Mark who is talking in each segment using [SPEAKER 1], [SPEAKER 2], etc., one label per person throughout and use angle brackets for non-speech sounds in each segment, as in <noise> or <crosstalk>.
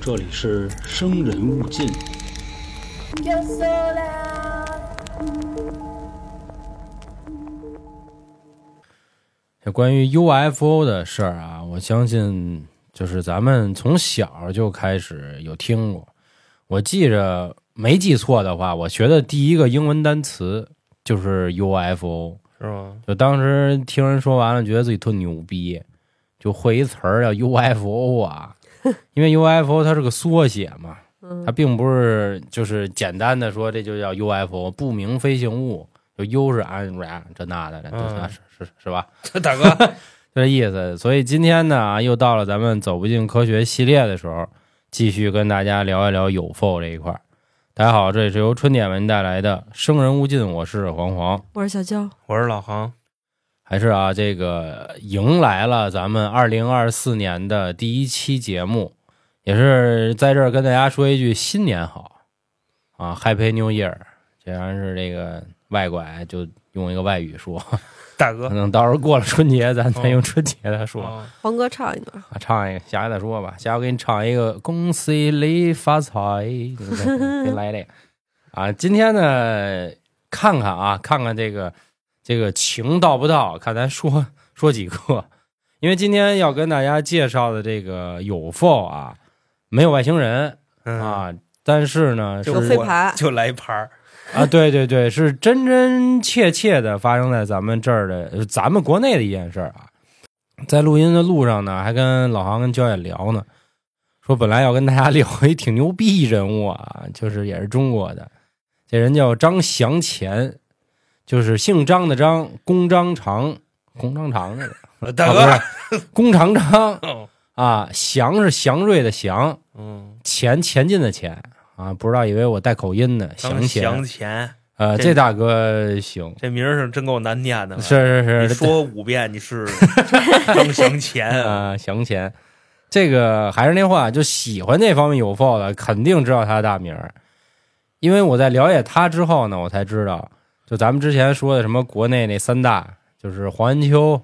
[SPEAKER 1] 这里是生人勿近。
[SPEAKER 2] Yo sola,
[SPEAKER 3] 关于 UFO 的事儿啊，我相信就是咱们从小就开始有听过。我记着没记错的话，我学的第一个英文单词就是 UFO。
[SPEAKER 4] 是吗？
[SPEAKER 3] 就当时听人说完了，觉得自己特牛逼，就会一词儿叫 UFO 啊， <laughs> 因为 UFO 它是个缩写嘛，它并不是就是简单的说这就叫 UFO 不明飞行物，就 U 是安这那的，这那
[SPEAKER 4] 嗯
[SPEAKER 3] 是是是吧？
[SPEAKER 4] 大哥，
[SPEAKER 3] 就这意思。所以今天呢，啊，又到了咱们走不进科学系列的时候，继续跟大家聊一聊有 f o 这一块儿。大家好，这里是由春点文带来的《生人勿近》，我是黄黄。
[SPEAKER 5] 我是小娇，
[SPEAKER 4] 我是老航。
[SPEAKER 3] 还是啊，这个迎来了咱们二零二四年的第一期节目，也是在这儿跟大家说一句新年好啊，Happy New Year！既然是这个外拐，就用一个外语说，
[SPEAKER 4] 大
[SPEAKER 3] 可
[SPEAKER 4] 哥
[SPEAKER 3] 能到时候过了春节，咱再用春节再说。
[SPEAKER 4] 哦
[SPEAKER 5] 黄哥唱一段，
[SPEAKER 3] 啊，唱一个，下回再说吧。下回给你唱一个“恭喜你发财”，你再给你来这个啊。今天呢，看看啊，看看这个这个情到不到，看咱说说几个。因为今天要跟大家介绍的这个有否啊，没有外星人
[SPEAKER 4] 嗯，
[SPEAKER 3] 啊，但是呢是
[SPEAKER 4] 就
[SPEAKER 5] 有飞
[SPEAKER 4] 我
[SPEAKER 5] 盘
[SPEAKER 4] 就来一盘儿。
[SPEAKER 3] 啊，对对对，是真真切切的发生在咱们这儿的，呃咱们国内的一件事儿啊。在录音的路上呢，还跟老航跟焦也聊呢，说本来要跟大家聊一挺牛逼人物啊，就是也是中国的，这人叫张祥前，就是姓张的张，弓张长，弓张长那个，
[SPEAKER 4] 大
[SPEAKER 3] 啊
[SPEAKER 4] 哥，
[SPEAKER 3] 不是弓长长
[SPEAKER 4] 哦
[SPEAKER 3] 啊，祥是祥瑞的祥，
[SPEAKER 4] 嗯，
[SPEAKER 3] 前前进的前啊，不知道以为我带口音呢，
[SPEAKER 4] 当
[SPEAKER 3] 祥前，
[SPEAKER 4] 祥钱，
[SPEAKER 3] 呃，
[SPEAKER 4] 这
[SPEAKER 3] 这大哥行。
[SPEAKER 4] 这名儿是真够难念的。，
[SPEAKER 3] 是是
[SPEAKER 4] 你
[SPEAKER 3] 是，
[SPEAKER 4] 说五遍你是张祥钱啊？
[SPEAKER 3] 啊，祥钱，这个还是那话，就喜欢这方面有 f 的，肯定知道他的大名儿。因为我在了解他之后呢，我才知道，就咱们之前说的什么国内那三大，就是黄安秋、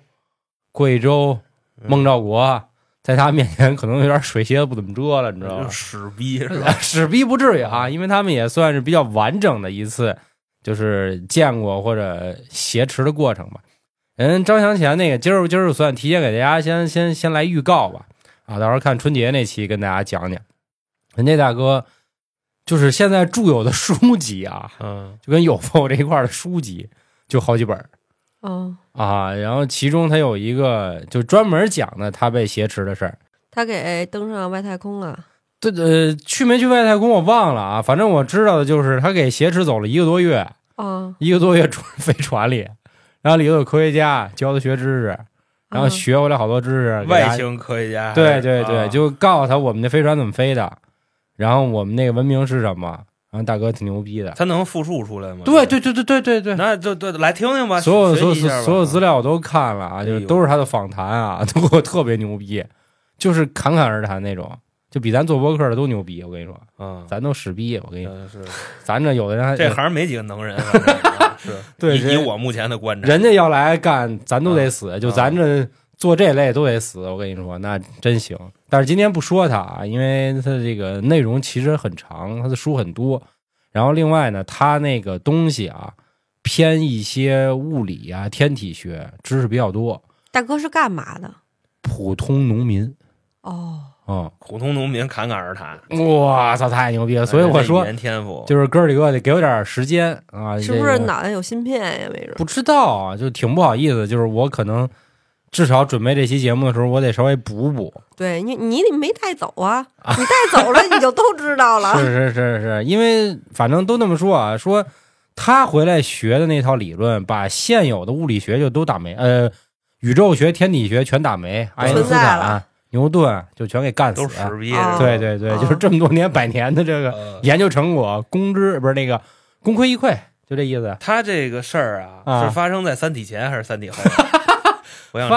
[SPEAKER 3] 贵州、孟兆国，在他面前可能有点水蝎子不怎么遮了，你知道
[SPEAKER 4] 就
[SPEAKER 3] 吗
[SPEAKER 4] 是？屎逼是吧？
[SPEAKER 3] 史逼不至于啊，因为他们也算是比较完整的一次，就是见过或者挟持的过程吧。人张祥前那个今儿今儿算提前给大家先先先来预告吧，啊，到时候看春节那期跟大家讲讲。人家大哥就是现在著有的书籍啊，
[SPEAKER 4] 嗯，
[SPEAKER 3] 就跟有否这一块儿的书籍就好几本儿
[SPEAKER 5] 嗯，
[SPEAKER 3] 啊，然后其中他有一个就专门讲的他被挟持的事儿。
[SPEAKER 5] 他给登上外太空了，
[SPEAKER 3] 对，呃，去没去外太空我忘了啊，反正我知道的就是他给挟持走了一个多月，
[SPEAKER 5] 啊，
[SPEAKER 3] 一个多月住 <laughs> 飞船里，然后里头有科学家教他学知识，然后
[SPEAKER 5] 嗯
[SPEAKER 3] 学回来好多知识。给大
[SPEAKER 4] 外
[SPEAKER 3] 家，
[SPEAKER 4] 星科学家还是。
[SPEAKER 3] 对对对，
[SPEAKER 4] 啊
[SPEAKER 3] 就告诉他我们的飞船怎么飞的，然后我们那个文明是什么。然后大哥挺牛逼
[SPEAKER 4] <laughs>
[SPEAKER 3] 的，
[SPEAKER 4] 他能复述出来吗？
[SPEAKER 3] 对，对对对对对对，
[SPEAKER 4] 那就对，来听听吧。
[SPEAKER 3] 所有
[SPEAKER 4] 学
[SPEAKER 3] 所
[SPEAKER 4] 习一下吧嗯
[SPEAKER 3] 有所有资料我都看了啊，就是
[SPEAKER 4] 哎呦
[SPEAKER 3] 都是他的访谈啊， <laughs> 都特别牛逼，就是侃侃而谈那种，就比咱做播客的都牛逼。我跟你说，
[SPEAKER 4] 嗯，
[SPEAKER 3] 咱都屎逼，我跟你说，
[SPEAKER 4] 嗯是
[SPEAKER 3] 咱这有的人还
[SPEAKER 4] 这行没几个能人，反正啊是
[SPEAKER 3] <laughs> 对
[SPEAKER 4] 以
[SPEAKER 3] 这
[SPEAKER 4] 以我目前的观察，
[SPEAKER 3] 人家要来干，咱都得死，就
[SPEAKER 4] 啊
[SPEAKER 3] 咱这做这类都得死。我跟你说，那真行。但是今天不说他啊，因为他这个内容其实很长，他的书很多。然后另外呢，他那个东西啊，偏一些物理啊、天体学知识比较多，
[SPEAKER 5] 大哥是干嘛的？
[SPEAKER 3] 普通农民
[SPEAKER 5] 哦，
[SPEAKER 3] 啊，
[SPEAKER 4] 普通农民侃侃而谈。
[SPEAKER 3] 哇操，太牛逼了！所以我
[SPEAKER 4] 语
[SPEAKER 3] 说，
[SPEAKER 4] 言天赋
[SPEAKER 3] 就是哥儿几个得给我点儿时间啊，
[SPEAKER 5] 是不
[SPEAKER 3] 这
[SPEAKER 5] 是
[SPEAKER 3] 个
[SPEAKER 5] 脑袋有芯片呀？没准
[SPEAKER 3] 不知道啊，就挺不好意思，就是我可能至少准备这期节目的时候，我得稍微补补。
[SPEAKER 5] 对你，你得没带走
[SPEAKER 3] <laughs>
[SPEAKER 5] 啊，你带走了你就都知道
[SPEAKER 3] 是
[SPEAKER 5] 了。
[SPEAKER 3] 是是是，因为反正都那么说啊，说他回来学的那套理论，把现有的物理学就都打没，呃，宇宙学、天体学全打没，爱因斯
[SPEAKER 5] 存在
[SPEAKER 3] 坦、啊
[SPEAKER 5] 了
[SPEAKER 3] 牛顿就全给干死
[SPEAKER 4] 都是屎
[SPEAKER 3] 了。
[SPEAKER 4] 逼，
[SPEAKER 5] 啊
[SPEAKER 3] 对对对，
[SPEAKER 5] 啊
[SPEAKER 3] 就是这么多年百年的这个
[SPEAKER 4] 呃
[SPEAKER 3] 研究成果，公知不是那个功亏一篑，就这意思。
[SPEAKER 4] 他这个事儿啊，
[SPEAKER 3] 啊
[SPEAKER 4] 是发生在《三体》前还是《三体》后？啊
[SPEAKER 3] <laughs>
[SPEAKER 4] 我想知道，《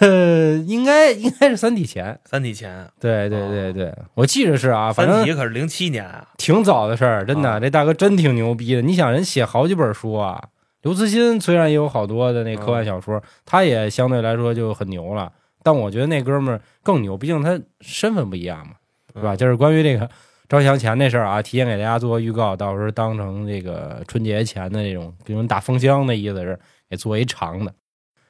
[SPEAKER 3] 发、呃、 <laughs> 应该应该是三体前，
[SPEAKER 4] 三体》前，
[SPEAKER 3] 对对对对，我记着是啊，
[SPEAKER 4] 《
[SPEAKER 3] 反
[SPEAKER 4] 哦三
[SPEAKER 3] 正
[SPEAKER 4] 体》可是零七年啊，
[SPEAKER 3] 挺早的事儿，真的，
[SPEAKER 4] 啊
[SPEAKER 3] 这大哥真挺牛逼的。你想，人写好几本书啊。刘慈欣虽然也有好多的那科幻小说，他也相对来说就很牛了，但我觉得那哥们儿更牛，毕竟他身份不一样嘛。对吧？就是关于这个招降前那事儿啊，提前给大家做个预告，到时候当成这个春节前的这种给你们打封箱的意思是，给做一长的。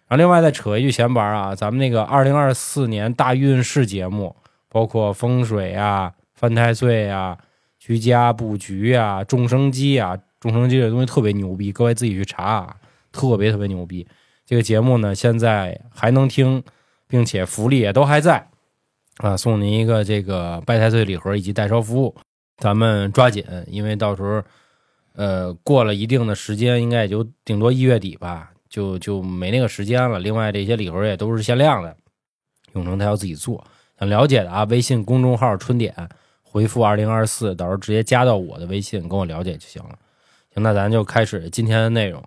[SPEAKER 3] 然后另外再扯一句闲白儿啊，咱们那个二零二四年大运势节目，包括风水啊、犯太岁啊、居家布局啊、众生机啊，众生机这东西特别牛逼，各位自己去查啊，特别特别牛逼。这个节目呢，现在还能听，并且福利也都还在啊，送您一个这个拜太岁礼盒以及代烧服务，咱们抓紧，因为到时候呃过了一定的时间，应该也就顶多一月底吧，就就没那个时间了。另外这些礼盒也都是限量的，永成他要自己做。想了解的啊，微信公众号“春点”回复二零二四，到时候直接加到我的微信跟我了解就行了。行，那咱就开始今天的内容。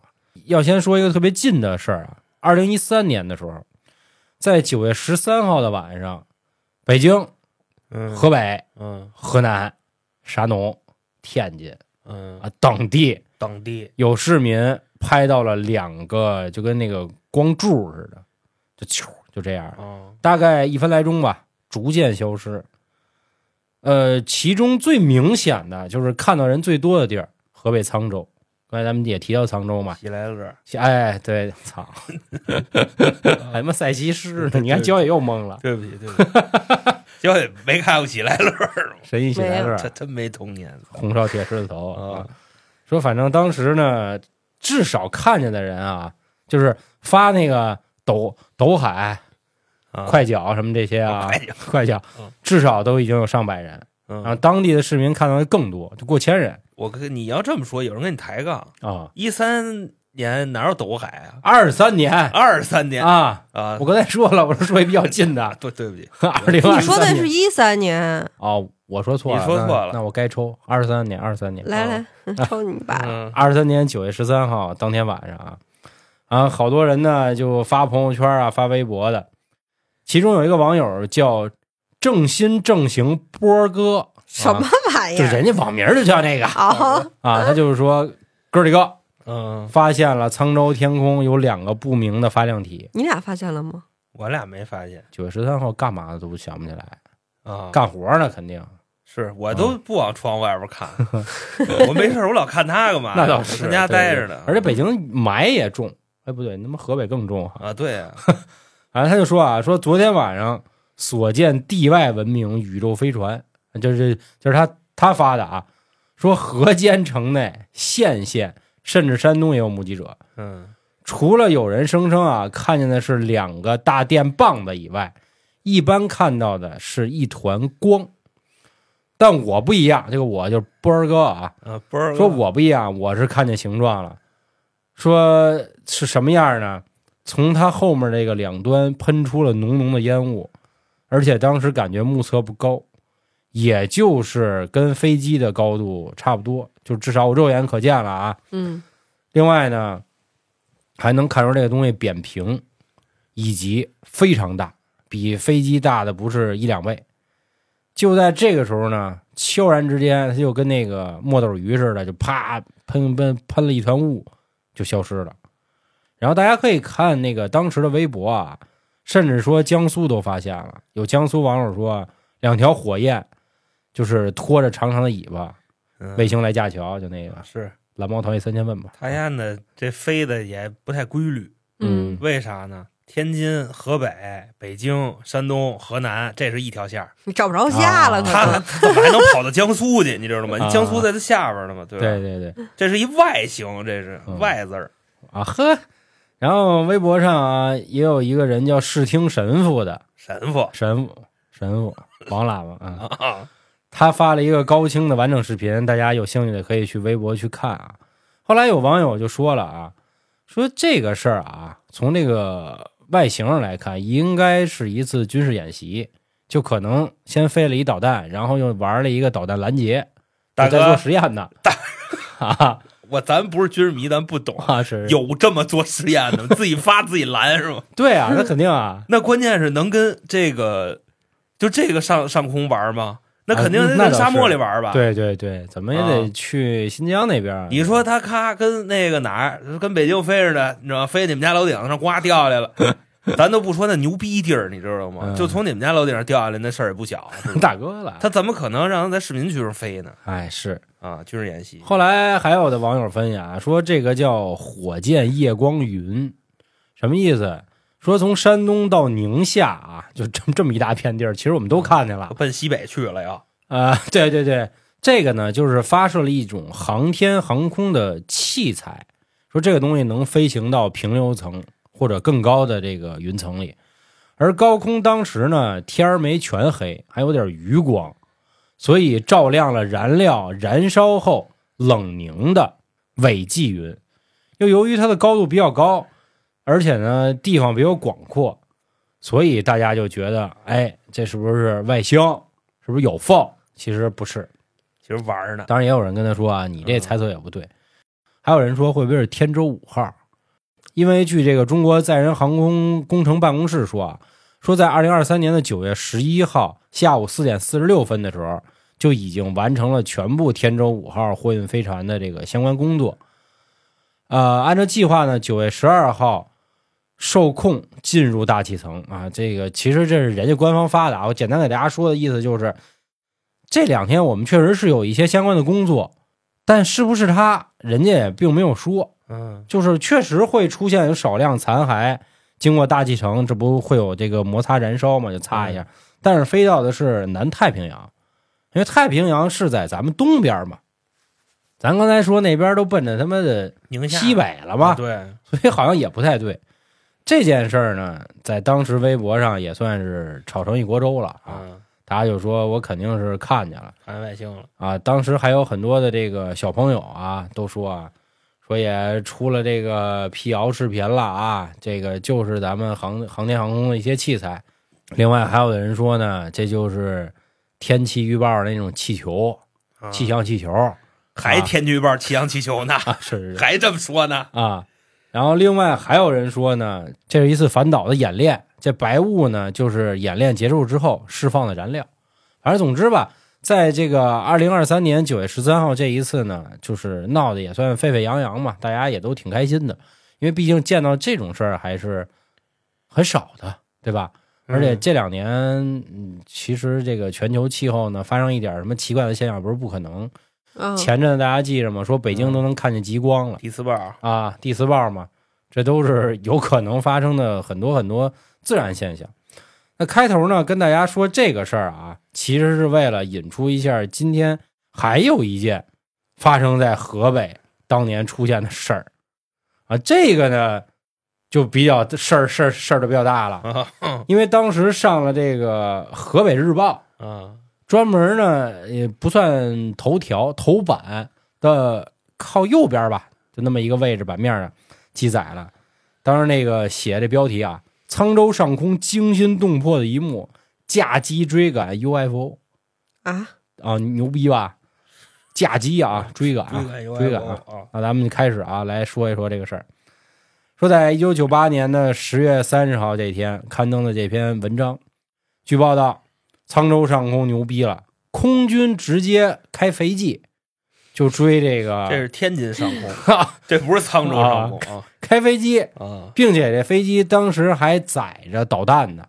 [SPEAKER 3] 要先说一个特别近的事儿啊，二零一三年的时候，在九月十三号的晚上，北京、
[SPEAKER 4] 嗯
[SPEAKER 3] 河北、
[SPEAKER 4] 嗯
[SPEAKER 3] 河南、沙农、天津
[SPEAKER 4] 嗯，
[SPEAKER 3] 啊等地
[SPEAKER 4] 当地
[SPEAKER 3] 有市民拍到了两个就跟那个光柱似的，就球就这样，
[SPEAKER 4] 啊，
[SPEAKER 3] 大概一分来钟吧，逐渐消失。呃，其中最明显的就是看到人最多的地儿，河北沧州。刚才咱们也提到沧州嘛，
[SPEAKER 4] 喜
[SPEAKER 3] <laughs>
[SPEAKER 4] 来乐，
[SPEAKER 3] 哎，对，操，
[SPEAKER 4] <laughs>
[SPEAKER 3] 哎还他妈赛西市呢！你看焦野又懵了，
[SPEAKER 4] 对不起对 <laughs> 不起，焦姐没看过喜来乐，
[SPEAKER 3] 神医喜来乐，
[SPEAKER 4] 这真没童年
[SPEAKER 3] 红烧铁狮子头
[SPEAKER 4] 啊！
[SPEAKER 3] 说反正当时呢，至少看见的人啊，就是发那个抖抖海、
[SPEAKER 4] 啊！
[SPEAKER 3] 快脚什么这些啊，
[SPEAKER 4] 快点，
[SPEAKER 3] 快脚
[SPEAKER 4] 嗯，
[SPEAKER 3] 至少都已经有上百人，然后
[SPEAKER 4] 嗯，
[SPEAKER 3] 当地的市民看到的更多，就过千人
[SPEAKER 4] 我跟你要这么说，有人跟你抬杠，
[SPEAKER 3] 啊！
[SPEAKER 4] 一三年哪有抖海啊？
[SPEAKER 3] 二三年
[SPEAKER 4] 二三年
[SPEAKER 3] 啊，
[SPEAKER 4] 啊
[SPEAKER 3] 我，刚才说了，我说说一比较近
[SPEAKER 4] 啊
[SPEAKER 3] 的，
[SPEAKER 4] 对对不起，
[SPEAKER 3] 二零
[SPEAKER 5] 你
[SPEAKER 3] 二
[SPEAKER 5] 说
[SPEAKER 3] 三
[SPEAKER 5] 的
[SPEAKER 3] 年
[SPEAKER 5] 是一三年，
[SPEAKER 3] 哦，我说错了，
[SPEAKER 4] 你说错了
[SPEAKER 3] 那，那我该抽二三年，二三年，
[SPEAKER 5] 来来，
[SPEAKER 3] 哦
[SPEAKER 5] <laughs> 抽你
[SPEAKER 3] 啊 <laughs>
[SPEAKER 5] 吧。
[SPEAKER 4] 嗯
[SPEAKER 3] 二三年九月十三号当天晚上啊，啊，好多人呢就发朋友圈啊，发微博的，其中有一个网友叫正心正行波哥，
[SPEAKER 5] 什么玩意
[SPEAKER 3] 就
[SPEAKER 5] 儿？
[SPEAKER 3] 人家网名就叫那个
[SPEAKER 5] 啊，
[SPEAKER 3] 啊，他就是说哥几个
[SPEAKER 4] 嗯，
[SPEAKER 3] 发现了沧州天空有两个不明的发亮体，
[SPEAKER 5] 你俩发现了吗？
[SPEAKER 4] 我俩没发现
[SPEAKER 3] 九月十三号干嘛的都想不起来，
[SPEAKER 4] 啊，
[SPEAKER 3] 干活呢肯定，
[SPEAKER 4] 是
[SPEAKER 3] 嗯
[SPEAKER 4] 我都不往窗外边看，我没事儿，我老看他干嘛？
[SPEAKER 3] <laughs> 那倒是
[SPEAKER 4] 我跟家待着
[SPEAKER 3] 啊对
[SPEAKER 4] 呢
[SPEAKER 3] 对，而且北京霾也重，哎不对，他妈河北更重哈。
[SPEAKER 4] 啊，对啊，
[SPEAKER 3] 然后他就说啊，说昨天晚上所见地外文明宇宙飞船，就是就是他他发的啊，说河间城内、献县甚至山东也有目击者。
[SPEAKER 4] 嗯
[SPEAKER 3] 除了有人声称啊看见的是两个大电棒子以外，一般看到的是一团光。但我不一样，这个我就是波儿哥啊，
[SPEAKER 4] 啊，波儿哥
[SPEAKER 3] 说我不一样，我是看见形状了。说是什么样呢？从它后面这个两端喷出了浓浓的烟雾，而且当时感觉目测不高，也就是跟飞机的高度差不多，就至少我肉眼可见了啊。
[SPEAKER 5] 嗯，
[SPEAKER 3] 另外呢，还能看出这个东西扁平，以及非常大，比飞机大的不是一两倍。就在这个时候呢，悄然之间，它就跟那个墨斗鱼似的，就啪喷喷喷了一团雾，就消失了。然后大家可以看那个当时的微博啊，甚至说江苏都发现了，有江苏网友说，两条火焰就是拖着长长的尾巴，
[SPEAKER 4] 嗯
[SPEAKER 3] 卫星来架桥，就那个
[SPEAKER 4] 是
[SPEAKER 3] 蓝猫淘气三千问吧。
[SPEAKER 4] 他家呢，这飞的也不太规律，
[SPEAKER 5] 嗯，
[SPEAKER 4] 为啥呢？天津、河北、北京、山东、河南，这是一条线儿，
[SPEAKER 5] 你找不着家了，可
[SPEAKER 4] 他
[SPEAKER 3] <laughs>
[SPEAKER 5] 能。
[SPEAKER 4] 他怎么还能跑到江苏去？你知道吗？
[SPEAKER 3] 啊
[SPEAKER 4] 江苏在它下边呢嘛，对吧？
[SPEAKER 3] 对对对，
[SPEAKER 4] 这是一外形，这是
[SPEAKER 3] 嗯
[SPEAKER 4] 外字儿，
[SPEAKER 3] 啊呵。然后微博上啊，也有一个人叫视听神父的
[SPEAKER 4] 神父
[SPEAKER 3] 神父神父王喇叭啊，
[SPEAKER 4] 啊，
[SPEAKER 3] 他发了一个高清的完整视频，大家有兴趣的可以去微博去看啊。后来有网友就说了啊，说这个事儿啊，从这个外形上来看，应该是一次军事演习，就可能先飞了一导弹，然后又玩了一个导弹拦截，
[SPEAKER 4] 大
[SPEAKER 3] 就在做
[SPEAKER 4] 哥，
[SPEAKER 3] 实验呢。啊
[SPEAKER 4] 我咱不是军事迷，咱不懂。
[SPEAKER 3] <laughs> 啊是，
[SPEAKER 4] 有这么做实验的吗？自己发自己拦是吗？
[SPEAKER 3] 对啊，那肯定啊，
[SPEAKER 4] 那关键 <laughs> 是能跟这个，就这个上上空玩吗？那肯定
[SPEAKER 3] 啊
[SPEAKER 4] 得
[SPEAKER 3] 那
[SPEAKER 4] 跟
[SPEAKER 3] 倒
[SPEAKER 4] 沙漠
[SPEAKER 3] 是
[SPEAKER 4] 里玩吧？
[SPEAKER 3] 对对对，怎么也得
[SPEAKER 4] 啊
[SPEAKER 3] 去新疆那边儿。
[SPEAKER 4] 你
[SPEAKER 3] <laughs>
[SPEAKER 4] 说他咔跟那个哪儿跟北京飞似的，你知道吗飞你们家楼顶上呱掉下来了，咱都不说那牛逼地儿，你知道吗？
[SPEAKER 3] 嗯
[SPEAKER 4] 就从你们家楼顶上掉下来，那事儿也不小。是吧
[SPEAKER 3] 大哥了。
[SPEAKER 4] 他怎么可能让人在市民区上飞呢？
[SPEAKER 3] 哎，是。
[SPEAKER 4] 啊，军事演习，
[SPEAKER 3] 后来还有的网友分析啊，说这个叫“火箭夜光云”，什么意思？说从山东到宁夏啊，就这么这么一大片地儿，其实我们都看见了。
[SPEAKER 4] 奔西北去了要。
[SPEAKER 3] 啊、对对对，这个呢，就是发射了一种航天航空的器材，说这个东西能飞行到平流层或者更高的这个云层里。而高空当时呢，天儿没全黑，还有点余光，所以照亮了燃料燃烧后冷凝的尾霁云。又由于它的高度比较高，而且呢地方比较广阔，所以大家就觉得，哎，这是不是外星？是不是有缝？其实不是。
[SPEAKER 4] 其实玩儿呢，
[SPEAKER 3] 当然也有人跟他说啊，你这猜测也不对。还有人说会不会是天舟五号？因为据这个中国载人航空工程办公室说啊，说在二零二三年的九月十一号下午四点四十六分的时候，就已经完成了全部天舟五号货运飞船的这个相关工作。呃，按照计划呢，九月十二号受控进入大气层啊。这个其实这是人家官方发的啊，我简单给大家说的意思就是，这两天我们确实是有一些相关的工作，但是不是他，人家也并没有说，
[SPEAKER 4] 嗯，
[SPEAKER 3] 就是确实会出现有少量残骸经过大气层，这不会有这个摩擦燃烧嘛，就擦一
[SPEAKER 4] 嗯
[SPEAKER 3] 下。但是飞到的是南太平洋，因为太平洋是在咱们东边嘛。咱刚才说那边都奔着他妈的
[SPEAKER 4] 宁夏
[SPEAKER 3] 西北了
[SPEAKER 4] 啊
[SPEAKER 3] 嘛，
[SPEAKER 4] 对，
[SPEAKER 3] 所以好像也不太对。这件事儿呢，在当时微博上也算是炒成一锅粥了啊！
[SPEAKER 4] 嗯，
[SPEAKER 3] 大家就说我肯定是看见了。
[SPEAKER 4] 看见外星了，
[SPEAKER 3] 啊，当时还有很多的这个小朋友啊，都说啊，说也出了这个辟谣视频了啊，这个就是咱们航航天航空的一些器材。另外还有的人说呢，这就是天气预报那种气球、
[SPEAKER 4] 啊
[SPEAKER 3] 气象气球，
[SPEAKER 4] 还天气预报气象气球呢，
[SPEAKER 3] 是是是
[SPEAKER 4] 还这么说呢？
[SPEAKER 3] 啊。然后另外还有人说呢，这是一次反导的演练，这白雾呢就是演练结束之后释放的燃料。反正总之吧，在这个二零二三年九月十三号这一次呢，就是闹得也算沸沸扬扬嘛，大家也都挺开心的，因为毕竟见到这种事儿还是很少的，对吧？而且这两年，嗯，其实这个全球气候呢发生一点什么奇怪的现象不是不可能。
[SPEAKER 5] 嗯，
[SPEAKER 3] 前阵子大家记着吗？说北京都能看见极光了。
[SPEAKER 4] 第四报，
[SPEAKER 3] 啊，第四报嘛，这都是有可能发生的很多很多自然现象。那开头呢，跟大家说这个事儿啊，其实是为了引出一下今天还有一件发生在河北当年出现的事儿啊，这个呢就比较事儿事儿事儿就比较大了，
[SPEAKER 4] 啊
[SPEAKER 3] 因为当时上了这个《河北日报》，
[SPEAKER 4] 啊，
[SPEAKER 3] 专门呢也不算头条头版的靠右边吧，就那么一个位置版面上记载了。当时那个写这标题啊，沧州上空惊心动魄的一幕，驾机追赶 UFO
[SPEAKER 5] 啊，
[SPEAKER 3] 啊，牛逼吧？驾机啊，追赶啊、
[SPEAKER 4] 追赶
[SPEAKER 3] 追赶
[SPEAKER 4] UFO
[SPEAKER 3] 啊！
[SPEAKER 4] 啊，
[SPEAKER 3] 那咱们就开始啊，来说一说这个事儿。说在一九九八年的十月三十号这天刊登的这篇文章，据报道，沧州上空牛逼了，空军直接开飞机就追这个，
[SPEAKER 4] 啊这
[SPEAKER 3] <laughs>
[SPEAKER 4] 是天津上空，这不是沧州上空啊
[SPEAKER 3] 开飞机，
[SPEAKER 4] 啊，
[SPEAKER 3] 并且这飞机当时还载着导弹呢，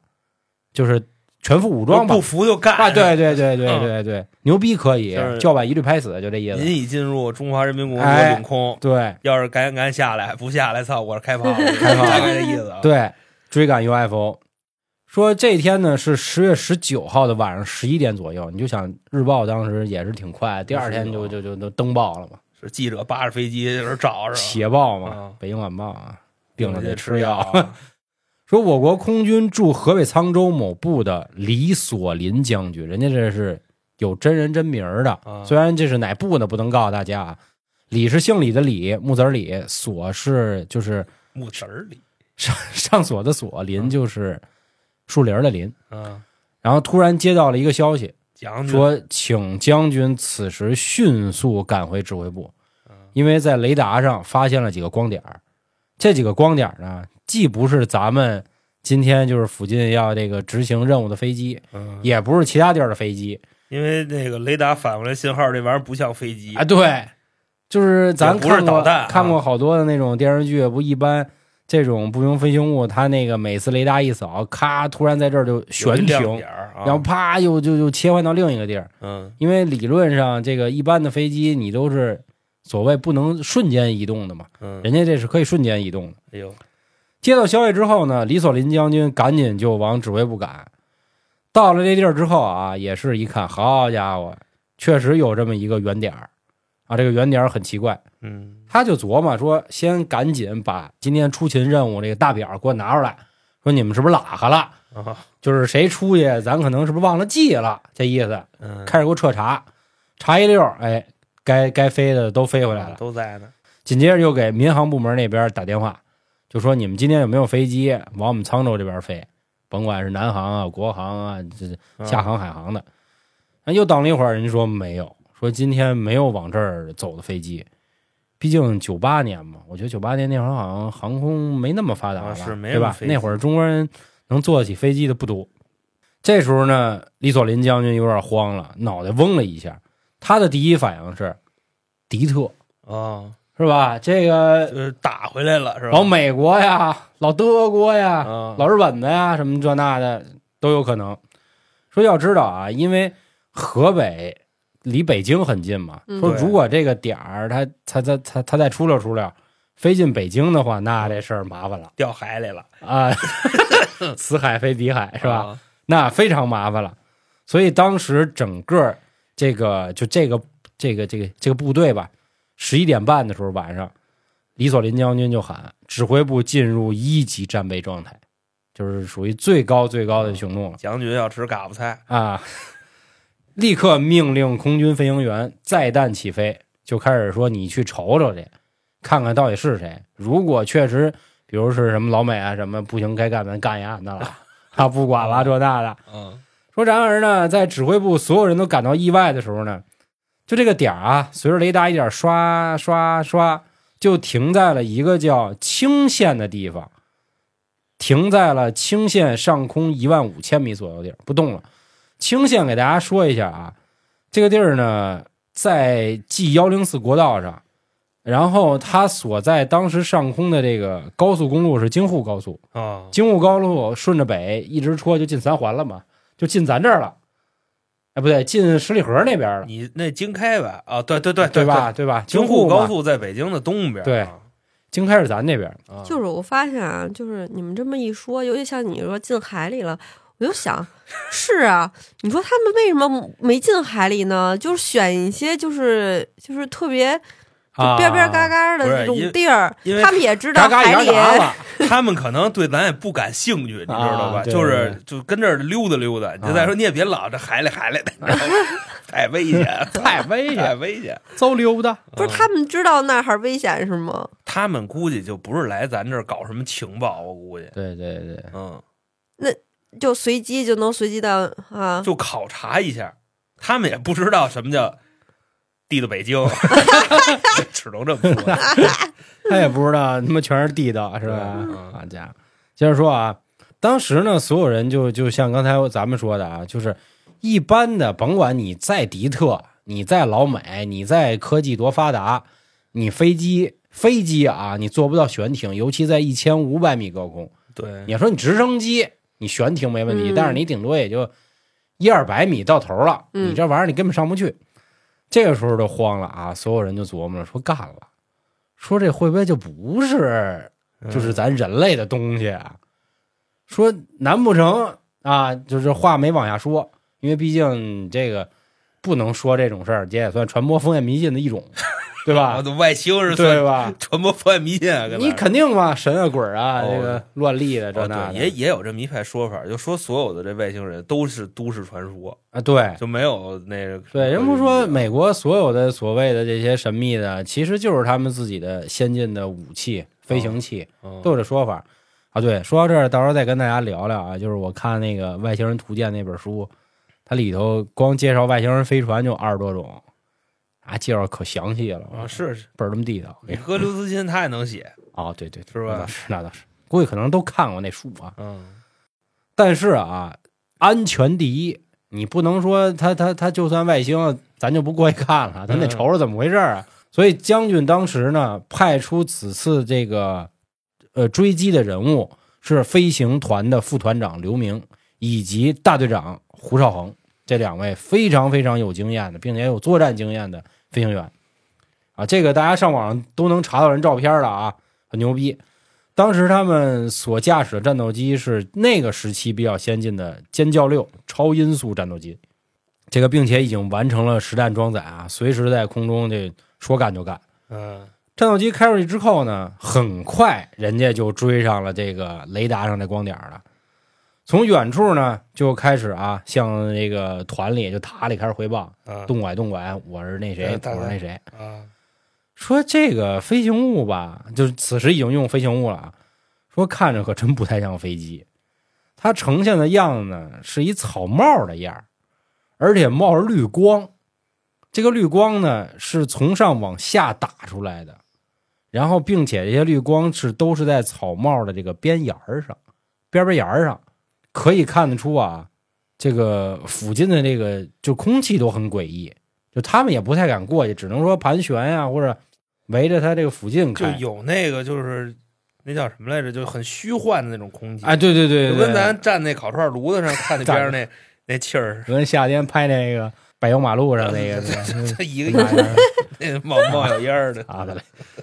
[SPEAKER 3] 就是全副武装吧
[SPEAKER 4] 不。服就干
[SPEAKER 3] 啊，对对对对
[SPEAKER 4] 嗯
[SPEAKER 3] 对对，牛逼可以
[SPEAKER 4] 就是，
[SPEAKER 3] 叫板一律拍死，就这意思。
[SPEAKER 4] 您已进入中华人民共和国
[SPEAKER 3] 哎
[SPEAKER 4] 领空，
[SPEAKER 3] 对
[SPEAKER 4] 要是敢敢下来，不下来，操，我是开炮
[SPEAKER 3] <laughs>
[SPEAKER 4] 了，
[SPEAKER 3] 开炮了
[SPEAKER 4] 大概这意思啊。
[SPEAKER 3] 对，追赶 UFO。说这天呢是十月十九号的晚上十一点左右，你就想日报当时也是挺快，第二天就就就都登报了嘛，
[SPEAKER 4] 是记者扒着飞机在这找着，
[SPEAKER 3] 写报
[SPEAKER 4] 嗯
[SPEAKER 3] 嘛，北京晚报啊，病了
[SPEAKER 4] 人家
[SPEAKER 3] 得
[SPEAKER 4] 吃
[SPEAKER 3] 吃药。 <laughs>
[SPEAKER 4] 啊
[SPEAKER 3] 说我国空军驻河北沧州某部的李索林将军，人家这是有真人真名儿的
[SPEAKER 4] 啊，
[SPEAKER 3] 虽然这是哪部呢，不能告诉大家啊。李是姓李的李，木子儿李，索是就是
[SPEAKER 4] 木子儿里，
[SPEAKER 3] 上上锁的锁，林就是树林儿的林。
[SPEAKER 4] 嗯，
[SPEAKER 3] 然后突然接到了一个消息，
[SPEAKER 4] 将军
[SPEAKER 3] 说请将军此时迅速赶回指挥部，
[SPEAKER 4] 嗯
[SPEAKER 3] 因为在雷达上发现了几个光点儿这几个光点儿呢，既不是咱们今天就是附近要这个执行任务的飞机，
[SPEAKER 4] 嗯，
[SPEAKER 3] 也不是其他地儿的飞机
[SPEAKER 4] 因为那个雷达反过来信号，这玩意儿不像飞机
[SPEAKER 3] 啊啊，对，就是咱
[SPEAKER 4] 也不是
[SPEAKER 3] 看过
[SPEAKER 4] 导弹啊
[SPEAKER 3] 看过好多的那种电视剧，不一般这种不明飞行物，它那个每次雷达一扫，咔，突然在这儿就悬停，
[SPEAKER 4] 有一亮点儿啊、
[SPEAKER 3] 然后啪又就就切换到另一个地儿。
[SPEAKER 4] 嗯
[SPEAKER 3] 因为理论上，这个一般的飞机你都是所谓不能瞬间移动的嘛，
[SPEAKER 4] 嗯，
[SPEAKER 3] 人家这是可以瞬间移动的。
[SPEAKER 4] 哎呦，
[SPEAKER 3] 接到消息之后呢，李索林将军赶紧就往指挥部赶。到了这地儿之后啊，也是一看，好家伙，确实有这么一个圆点儿啊。这个圆点儿很奇怪，
[SPEAKER 4] 嗯
[SPEAKER 3] 他就琢磨说，先赶紧把今天出勤任务这个大表给我拿出来，说你们是不是拉哈了？
[SPEAKER 4] 啊，
[SPEAKER 3] 就是谁出去，咱可能是不是忘了记了，这意思。
[SPEAKER 4] 嗯，
[SPEAKER 3] 开始给我彻查，查一溜儿，哎，该该飞的都飞回来了。
[SPEAKER 4] 都在呢，
[SPEAKER 3] 紧接着又给民航部门那边打电话，就说你们今天有没有飞机往我们沧州这边飞？甭管是南航啊、国航啊、这
[SPEAKER 4] 啊
[SPEAKER 3] 厦航、海航的。那又等了一会儿，人家说没有，说今天没有往这儿走的飞机。毕竟九八年嘛，我觉得九八年那会儿好像航空没那么发达了，
[SPEAKER 4] 啊是没
[SPEAKER 3] 对吧
[SPEAKER 4] 有？飞机
[SPEAKER 3] 那会儿中国人能坐得起飞机的不多。这时候呢，李索林将军有点慌了，脑袋嗡了一下。他的第一反应是敌特，
[SPEAKER 4] 啊，
[SPEAKER 3] 是吧？这个
[SPEAKER 4] 就是打回来了是吧？
[SPEAKER 3] 老美国
[SPEAKER 4] <laughs>
[SPEAKER 3] 呀、老德国呀、
[SPEAKER 4] 啊，
[SPEAKER 3] 老日本的呀，什么这那的都有可能。说要知道啊，因为河北离北京很近嘛，
[SPEAKER 5] 嗯
[SPEAKER 3] 说
[SPEAKER 4] 对
[SPEAKER 3] 如果这个点儿它它它它它再出溜出溜，飞进北京的话，
[SPEAKER 4] 嗯
[SPEAKER 3] 那这事儿麻烦了
[SPEAKER 4] 掉海里了
[SPEAKER 3] 啊，此海非彼海是吧？
[SPEAKER 4] 啊
[SPEAKER 3] 那非常麻烦了。所以当时整个这个就这个这个这个这个部队吧，十一点半的时候晚上，李索林将军就喊指挥部进入一级战备状态，就是属于最高最高的行动了
[SPEAKER 4] 将军要吃嘎巴菜，
[SPEAKER 3] 啊！ <laughs> 立刻命令空军飞行员载弹起飞，就开始说你去瞅瞅去，看看到底是谁。如果确实，比如是什么老美啊什么不行，该干咱干呀那了啊，不管了这那的。
[SPEAKER 4] 嗯
[SPEAKER 3] 说然而呢，在指挥部所有人都感到意外的时候呢，就这个点儿啊，随着雷达一点儿刷刷刷，就停在了一个叫清县的地方，停在了清县上空一万五千米左右地儿不动了。清县给大家说一下啊，这个地儿呢在 G 幺零四国道上，然后它所在当时上空的这个高速公路是京沪高速，
[SPEAKER 4] 啊，
[SPEAKER 3] 京沪高路顺着北一直戳就进三环了嘛，就进咱这儿了。哎，不对，进十里河那边了，
[SPEAKER 4] 你那经开吧啊，对对对对
[SPEAKER 3] 吧？？对吧？
[SPEAKER 4] 京
[SPEAKER 3] 沪
[SPEAKER 4] 沪
[SPEAKER 3] 嘛
[SPEAKER 4] 高，速在北京的东边，
[SPEAKER 3] 对
[SPEAKER 4] 啊
[SPEAKER 3] 京开是咱那边。
[SPEAKER 4] 啊
[SPEAKER 5] 就是我发现啊，就是你们这么一说，尤其像你说进海里了，我就想，是啊，你说他们为什么没进海里呢？就是选一些就是就是特别就边边
[SPEAKER 3] 嘎，
[SPEAKER 5] 嘎嘎
[SPEAKER 4] 不
[SPEAKER 5] 的
[SPEAKER 4] 是
[SPEAKER 5] 这种
[SPEAKER 4] 因
[SPEAKER 5] 地儿，
[SPEAKER 4] 因为
[SPEAKER 5] 他们也知道
[SPEAKER 3] 啊嘎嘎
[SPEAKER 5] 海
[SPEAKER 3] 嘎
[SPEAKER 5] 里
[SPEAKER 3] 嘎
[SPEAKER 5] <laughs>
[SPEAKER 3] 了。
[SPEAKER 4] 他们可能对咱也不感兴趣，你知道吧？
[SPEAKER 3] 啊对啊
[SPEAKER 4] 就是就跟这儿溜达溜达。就再说你也别老这海
[SPEAKER 3] <laughs>
[SPEAKER 4] 里海里的，你知道吗太危险，
[SPEAKER 3] 太危
[SPEAKER 4] <laughs> 太
[SPEAKER 3] 险，
[SPEAKER 4] 危险。
[SPEAKER 3] 走溜达。
[SPEAKER 5] 不是他们知道那儿危险是吗？
[SPEAKER 4] 他们估计就不是来咱这儿搞什么情报，我估计，
[SPEAKER 3] 对对对，
[SPEAKER 4] 嗯，
[SPEAKER 5] 就随机就能随机的啊，
[SPEAKER 4] 就考察一下。他们也不知道什么叫地道北
[SPEAKER 3] <laughs>
[SPEAKER 4] 京，只能这么说。
[SPEAKER 3] 他也不知道他妈全是地道是吧
[SPEAKER 4] 对嗯？
[SPEAKER 3] 好家伙，接着说啊，当时呢，所有人就就像刚才咱们说的啊，就是一般的，甭管你在迪特，你在老美，你在科技多发达，你飞机飞机啊，你做不到悬停，尤其在一千五百米高空。
[SPEAKER 4] 对，
[SPEAKER 3] 你要说你直升机，你悬停没问题，
[SPEAKER 5] 嗯
[SPEAKER 3] 但是你顶多也就一二百米到头了，
[SPEAKER 5] 嗯
[SPEAKER 3] 你这玩意儿你根本上不去。这个时候就慌了啊！所有人就琢磨了，说干了，说这会不会就不是
[SPEAKER 4] 嗯
[SPEAKER 3] 就是咱人类的东西啊？说难不成啊？就是话没往下说，因为毕竟这个不能说这种事儿，这也算传播封建迷信的一种，对
[SPEAKER 4] 啊， <laughs>
[SPEAKER 3] 吧？
[SPEAKER 4] 这外星人
[SPEAKER 3] 对
[SPEAKER 4] 算
[SPEAKER 3] 吧？
[SPEAKER 4] 传播封建迷信啊，跟咱
[SPEAKER 3] 你肯定嘛，神啊鬼儿啊，
[SPEAKER 4] 哦
[SPEAKER 3] 这个乱立的
[SPEAKER 4] 哦
[SPEAKER 3] 这那
[SPEAKER 4] 对
[SPEAKER 3] 的
[SPEAKER 4] 也也有这么一派说法，就说所有的这外星人都是都市传说，
[SPEAKER 3] 啊，对，
[SPEAKER 4] 就没有那个
[SPEAKER 3] 对，人不说
[SPEAKER 4] 没
[SPEAKER 3] 美国所有的所谓的这些神秘的，其实就是他们自己的先进的武器、飞行器，都有这说法哦啊。对，说到这儿，到时候再跟大家聊聊啊。就是我看那个《外星人图鉴》那本书，它里头光介绍外星人飞船就二十多种，啊，介绍可详细了
[SPEAKER 4] 啊，是是
[SPEAKER 3] 倍儿他妈地道。 <laughs>
[SPEAKER 4] 你喝刘慈欣他也能写，
[SPEAKER 3] 哦，对对，对
[SPEAKER 4] 是吧
[SPEAKER 3] 那倒是，那倒是，估计可能都看过那书啊。
[SPEAKER 4] 嗯
[SPEAKER 3] 但是啊，安全第一，你不能说他他他就算外星，咱就不过去看了，咱得瞅瞅怎么回事儿啊。所以将军当时呢，派出此次这个呃追击的人物是飞行团的副团长刘明以及大队长胡少恒这两位非常非常有经验的，并且有作战经验的飞行员啊，这个大家上网上都能查到人照片了啊，很牛逼。当时他们所驾驶的战斗机是那个时期比较先进的歼教六超音速战斗机，这个并且已经完成了实弹装载啊，随时在空中这说干就干。
[SPEAKER 4] 嗯，
[SPEAKER 3] 战斗机开出去之后呢，很快人家就追上了这个雷达上的光点了。从远处呢就开始啊，向那个团里就塔里开始汇报，
[SPEAKER 4] 啊
[SPEAKER 3] 动拐动拐，我是那谁
[SPEAKER 4] 呃，大
[SPEAKER 3] 我
[SPEAKER 4] 概
[SPEAKER 3] 是那谁。
[SPEAKER 4] 啊，
[SPEAKER 3] 说这个飞行物吧，就是此时已经用飞行物了啊。说看着可真不太像飞机，它呈现的样子呢是一草帽的样儿，而且冒着绿光。这个绿光呢是从上往下打出来的，然后并且这些绿光是都是在草帽的这个边沿儿上、边边沿儿上，可以看得出啊，这个附近的这个就空气都很诡异，就他们也不太敢过去，只能说盘旋呀、或者围着它这个附近
[SPEAKER 4] 就
[SPEAKER 3] 开。
[SPEAKER 4] 有那个就是那叫什么来着，就很虚幻的那种空气，
[SPEAKER 3] 哎，对对对对，
[SPEAKER 4] 就
[SPEAKER 3] 对
[SPEAKER 4] 跟咱站那烤串炉子
[SPEAKER 3] <laughs>
[SPEAKER 4] 上看那边上那那气儿，
[SPEAKER 3] 跟夏天拍那个柏油马路上那个
[SPEAKER 4] 它 <laughs>
[SPEAKER 3] 那
[SPEAKER 4] 一个一个
[SPEAKER 3] 个
[SPEAKER 4] 那冒
[SPEAKER 3] 嗯
[SPEAKER 4] 冒小烟儿的
[SPEAKER 3] 啥的嘞。啊 <laughs>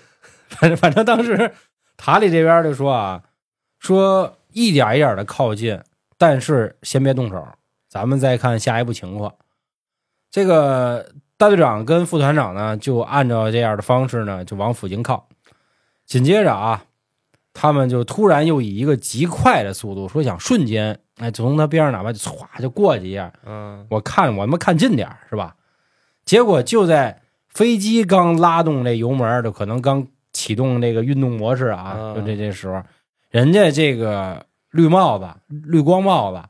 [SPEAKER 3] 反正反正当时塔里这边就说啊，说一点一点的靠近，但是先别动手，咱们再看下一步情况。这个大队长跟副团长呢，就按照这样的方式呢，就往附近靠。紧接着啊，他们就突然又以一个极快的速度，说想瞬间，哎，从他边上哪怕就唰就过去一下，
[SPEAKER 4] 嗯，
[SPEAKER 3] 我看我他妈看近点儿是吧？结果就在飞机刚拉动这油门儿的，可能刚启动这个运动模式啊，
[SPEAKER 4] 嗯
[SPEAKER 3] 就这这时候，人家这个绿帽子、绿光帽子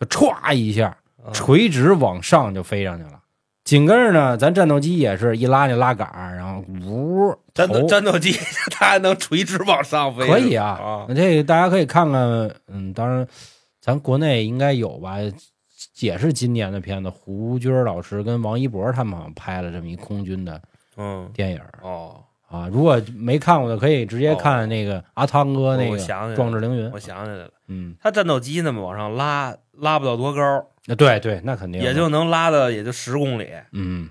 [SPEAKER 3] 就歘一下
[SPEAKER 4] 嗯
[SPEAKER 3] 垂直往上就飞上去了。紧跟着呢，咱战斗机也是一拉那拉杆儿，然后呜，
[SPEAKER 4] 战斗
[SPEAKER 3] 头
[SPEAKER 4] 战斗机 <laughs> 它还能垂直往上飞，
[SPEAKER 3] 可以
[SPEAKER 4] 啊
[SPEAKER 3] 啊，，这个大家可以看看，嗯，当然，咱国内应该有吧，也是今年的片子，胡军老师跟王一博他们好像拍了这么一空军的
[SPEAKER 4] 嗯，
[SPEAKER 3] 电影
[SPEAKER 4] 哦，
[SPEAKER 3] 啊。如果没看过的，可以直接看那个阿汤哥那
[SPEAKER 4] 我
[SPEAKER 3] 个
[SPEAKER 4] 想起来
[SPEAKER 3] 《
[SPEAKER 4] 了
[SPEAKER 3] 壮志凌云
[SPEAKER 4] 我》。想起来了，
[SPEAKER 3] 嗯，
[SPEAKER 4] 它战斗机那么往上拉，拉不到多高，
[SPEAKER 3] 那对对，那肯定
[SPEAKER 4] 也就能拉到也就十公里，
[SPEAKER 3] 嗯，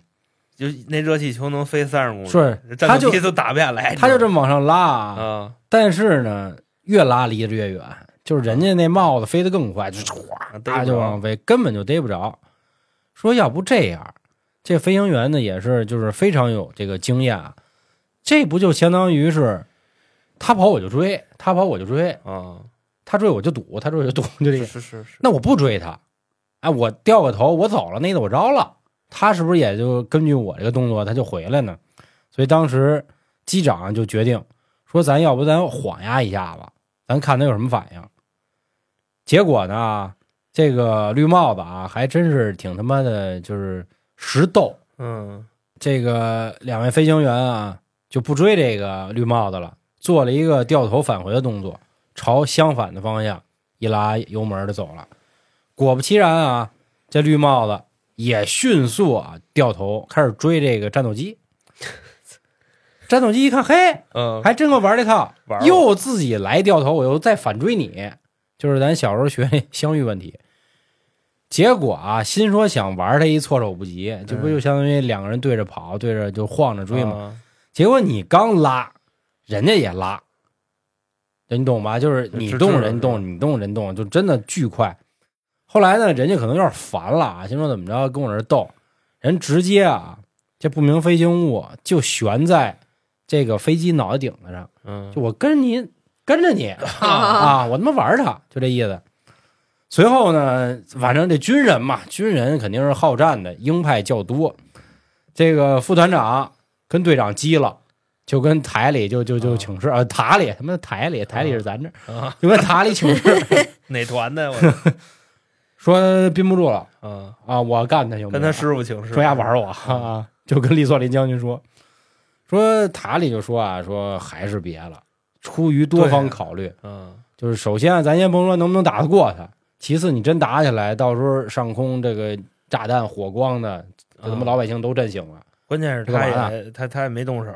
[SPEAKER 4] 就那热气球能飞三十公里，
[SPEAKER 3] 是
[SPEAKER 4] 战斗
[SPEAKER 3] 它
[SPEAKER 4] 机
[SPEAKER 3] 就
[SPEAKER 4] 都打不下来，
[SPEAKER 3] 他就这么往上拉
[SPEAKER 4] 哎啊
[SPEAKER 3] 啊，
[SPEAKER 4] 啊，
[SPEAKER 3] 但是呢，越拉离得越远，就是人家那帽子飞得更快，就歘
[SPEAKER 4] 逮
[SPEAKER 3] 他
[SPEAKER 4] 不
[SPEAKER 3] 就
[SPEAKER 4] 着
[SPEAKER 3] 往飞，根本就逮不着。说要不这样，这飞行员呢也是就是非常有这个经验啊，这不就相当于是他跑我就追，他跑我就追，
[SPEAKER 4] 嗯
[SPEAKER 3] 他追我就堵，他追我就堵，就这个。
[SPEAKER 4] 是是是，
[SPEAKER 3] 那我不追他，哎，我掉个头，我走了，那次我招了，他是不是也就根据我这个动作他就回来呢？所以当时机长就决定说，咱要不咱晃压一下子，咱看他有什么反应。结果呢，这个绿帽子啊，还真是挺他妈的，就是实斗。
[SPEAKER 4] 嗯
[SPEAKER 3] 这个两位飞行员啊，就不追这个绿帽子了，做了一个掉头返回的动作，朝相反的方向一拉油门就走了。果不其然啊，这绿帽子也迅速啊掉头开始追这个战斗机。战斗机一看，嘿，
[SPEAKER 4] 嗯，
[SPEAKER 3] 还真够玩这套，
[SPEAKER 4] 玩儿
[SPEAKER 3] 又自己来掉头，我又再反追你，就是咱小时候学那相遇问题。结果啊，心说想玩他一措手不及，这不就相当于两个人对着跑，对着就晃着追嘛。
[SPEAKER 4] 啊
[SPEAKER 3] 结果你刚拉，人家也拉，你懂吧？就是你
[SPEAKER 4] 这
[SPEAKER 3] 动
[SPEAKER 4] 这
[SPEAKER 3] 人动，你动人动，就真的巨快。后来呢，人家可能有点烦了啊，心说怎么着跟我这儿斗，人直接啊，这不明飞行物啊就悬在这个飞机脑袋顶子上，
[SPEAKER 4] 嗯
[SPEAKER 3] 就我跟你跟着
[SPEAKER 4] <laughs>
[SPEAKER 3] 你啊，我他妈玩儿他，就这意思。随后呢，反正这军人嘛，军人肯定是好战的，鹰派较多。这个副团长跟队长急了，就跟台里就就就
[SPEAKER 4] 啊
[SPEAKER 3] 请示啊，塔里他妈台里台里是咱这儿，
[SPEAKER 4] 啊，
[SPEAKER 3] 就跟塔里请示
[SPEAKER 4] <laughs> 哪
[SPEAKER 3] <laughs>
[SPEAKER 4] 团的我？
[SPEAKER 3] 说憋不住了
[SPEAKER 4] 嗯，
[SPEAKER 3] 啊，我干他行不行？
[SPEAKER 4] 跟他师傅请示，
[SPEAKER 3] 说丫玩我啊，就跟利索林将军说，说塔里就说啊，说还是别了，出于多
[SPEAKER 4] 对
[SPEAKER 3] 方
[SPEAKER 4] 啊
[SPEAKER 3] 考虑，
[SPEAKER 4] 嗯，
[SPEAKER 3] 就是首先啊，咱先甭说能不能打得过他，其次你真打起来，到时候上空这个炸弹火光的，这他妈
[SPEAKER 4] 嗯
[SPEAKER 3] 老百姓都震醒了。
[SPEAKER 4] 关键是
[SPEAKER 3] 这干
[SPEAKER 4] 他
[SPEAKER 3] 嘛嗯
[SPEAKER 4] 也他他也没动手，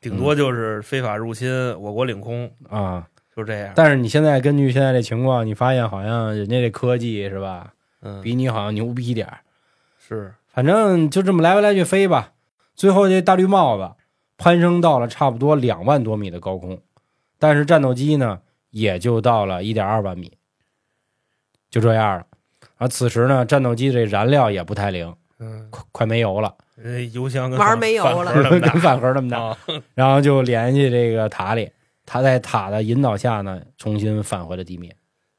[SPEAKER 4] 顶多就是非法入侵我国领空，
[SPEAKER 3] 啊，
[SPEAKER 4] 就是这样。
[SPEAKER 3] 但是你现在根据现在这情况，你发现好像人家这科技是吧，
[SPEAKER 4] 嗯，
[SPEAKER 3] 比你好像牛逼点儿。
[SPEAKER 4] 是
[SPEAKER 3] 反正就这么来回来去飞吧。最后这大绿帽子攀升到了差不多两万多米的高空，但是战斗机呢也就到了一点二万米，就这样了。而此时呢，战斗机这燃料也不太灵，
[SPEAKER 4] 嗯，
[SPEAKER 3] 快快没油了，
[SPEAKER 4] 呃油箱跟
[SPEAKER 5] 玩
[SPEAKER 4] 饭
[SPEAKER 5] 没有
[SPEAKER 4] 饭
[SPEAKER 5] 了
[SPEAKER 4] 盒那
[SPEAKER 3] <laughs>
[SPEAKER 4] 么
[SPEAKER 3] 跟
[SPEAKER 4] 大
[SPEAKER 3] 饭盒那么大。哦 <laughs>
[SPEAKER 4] 啊
[SPEAKER 3] 然后就联系这个塔里，他在塔的引导下呢，重新返回了地面，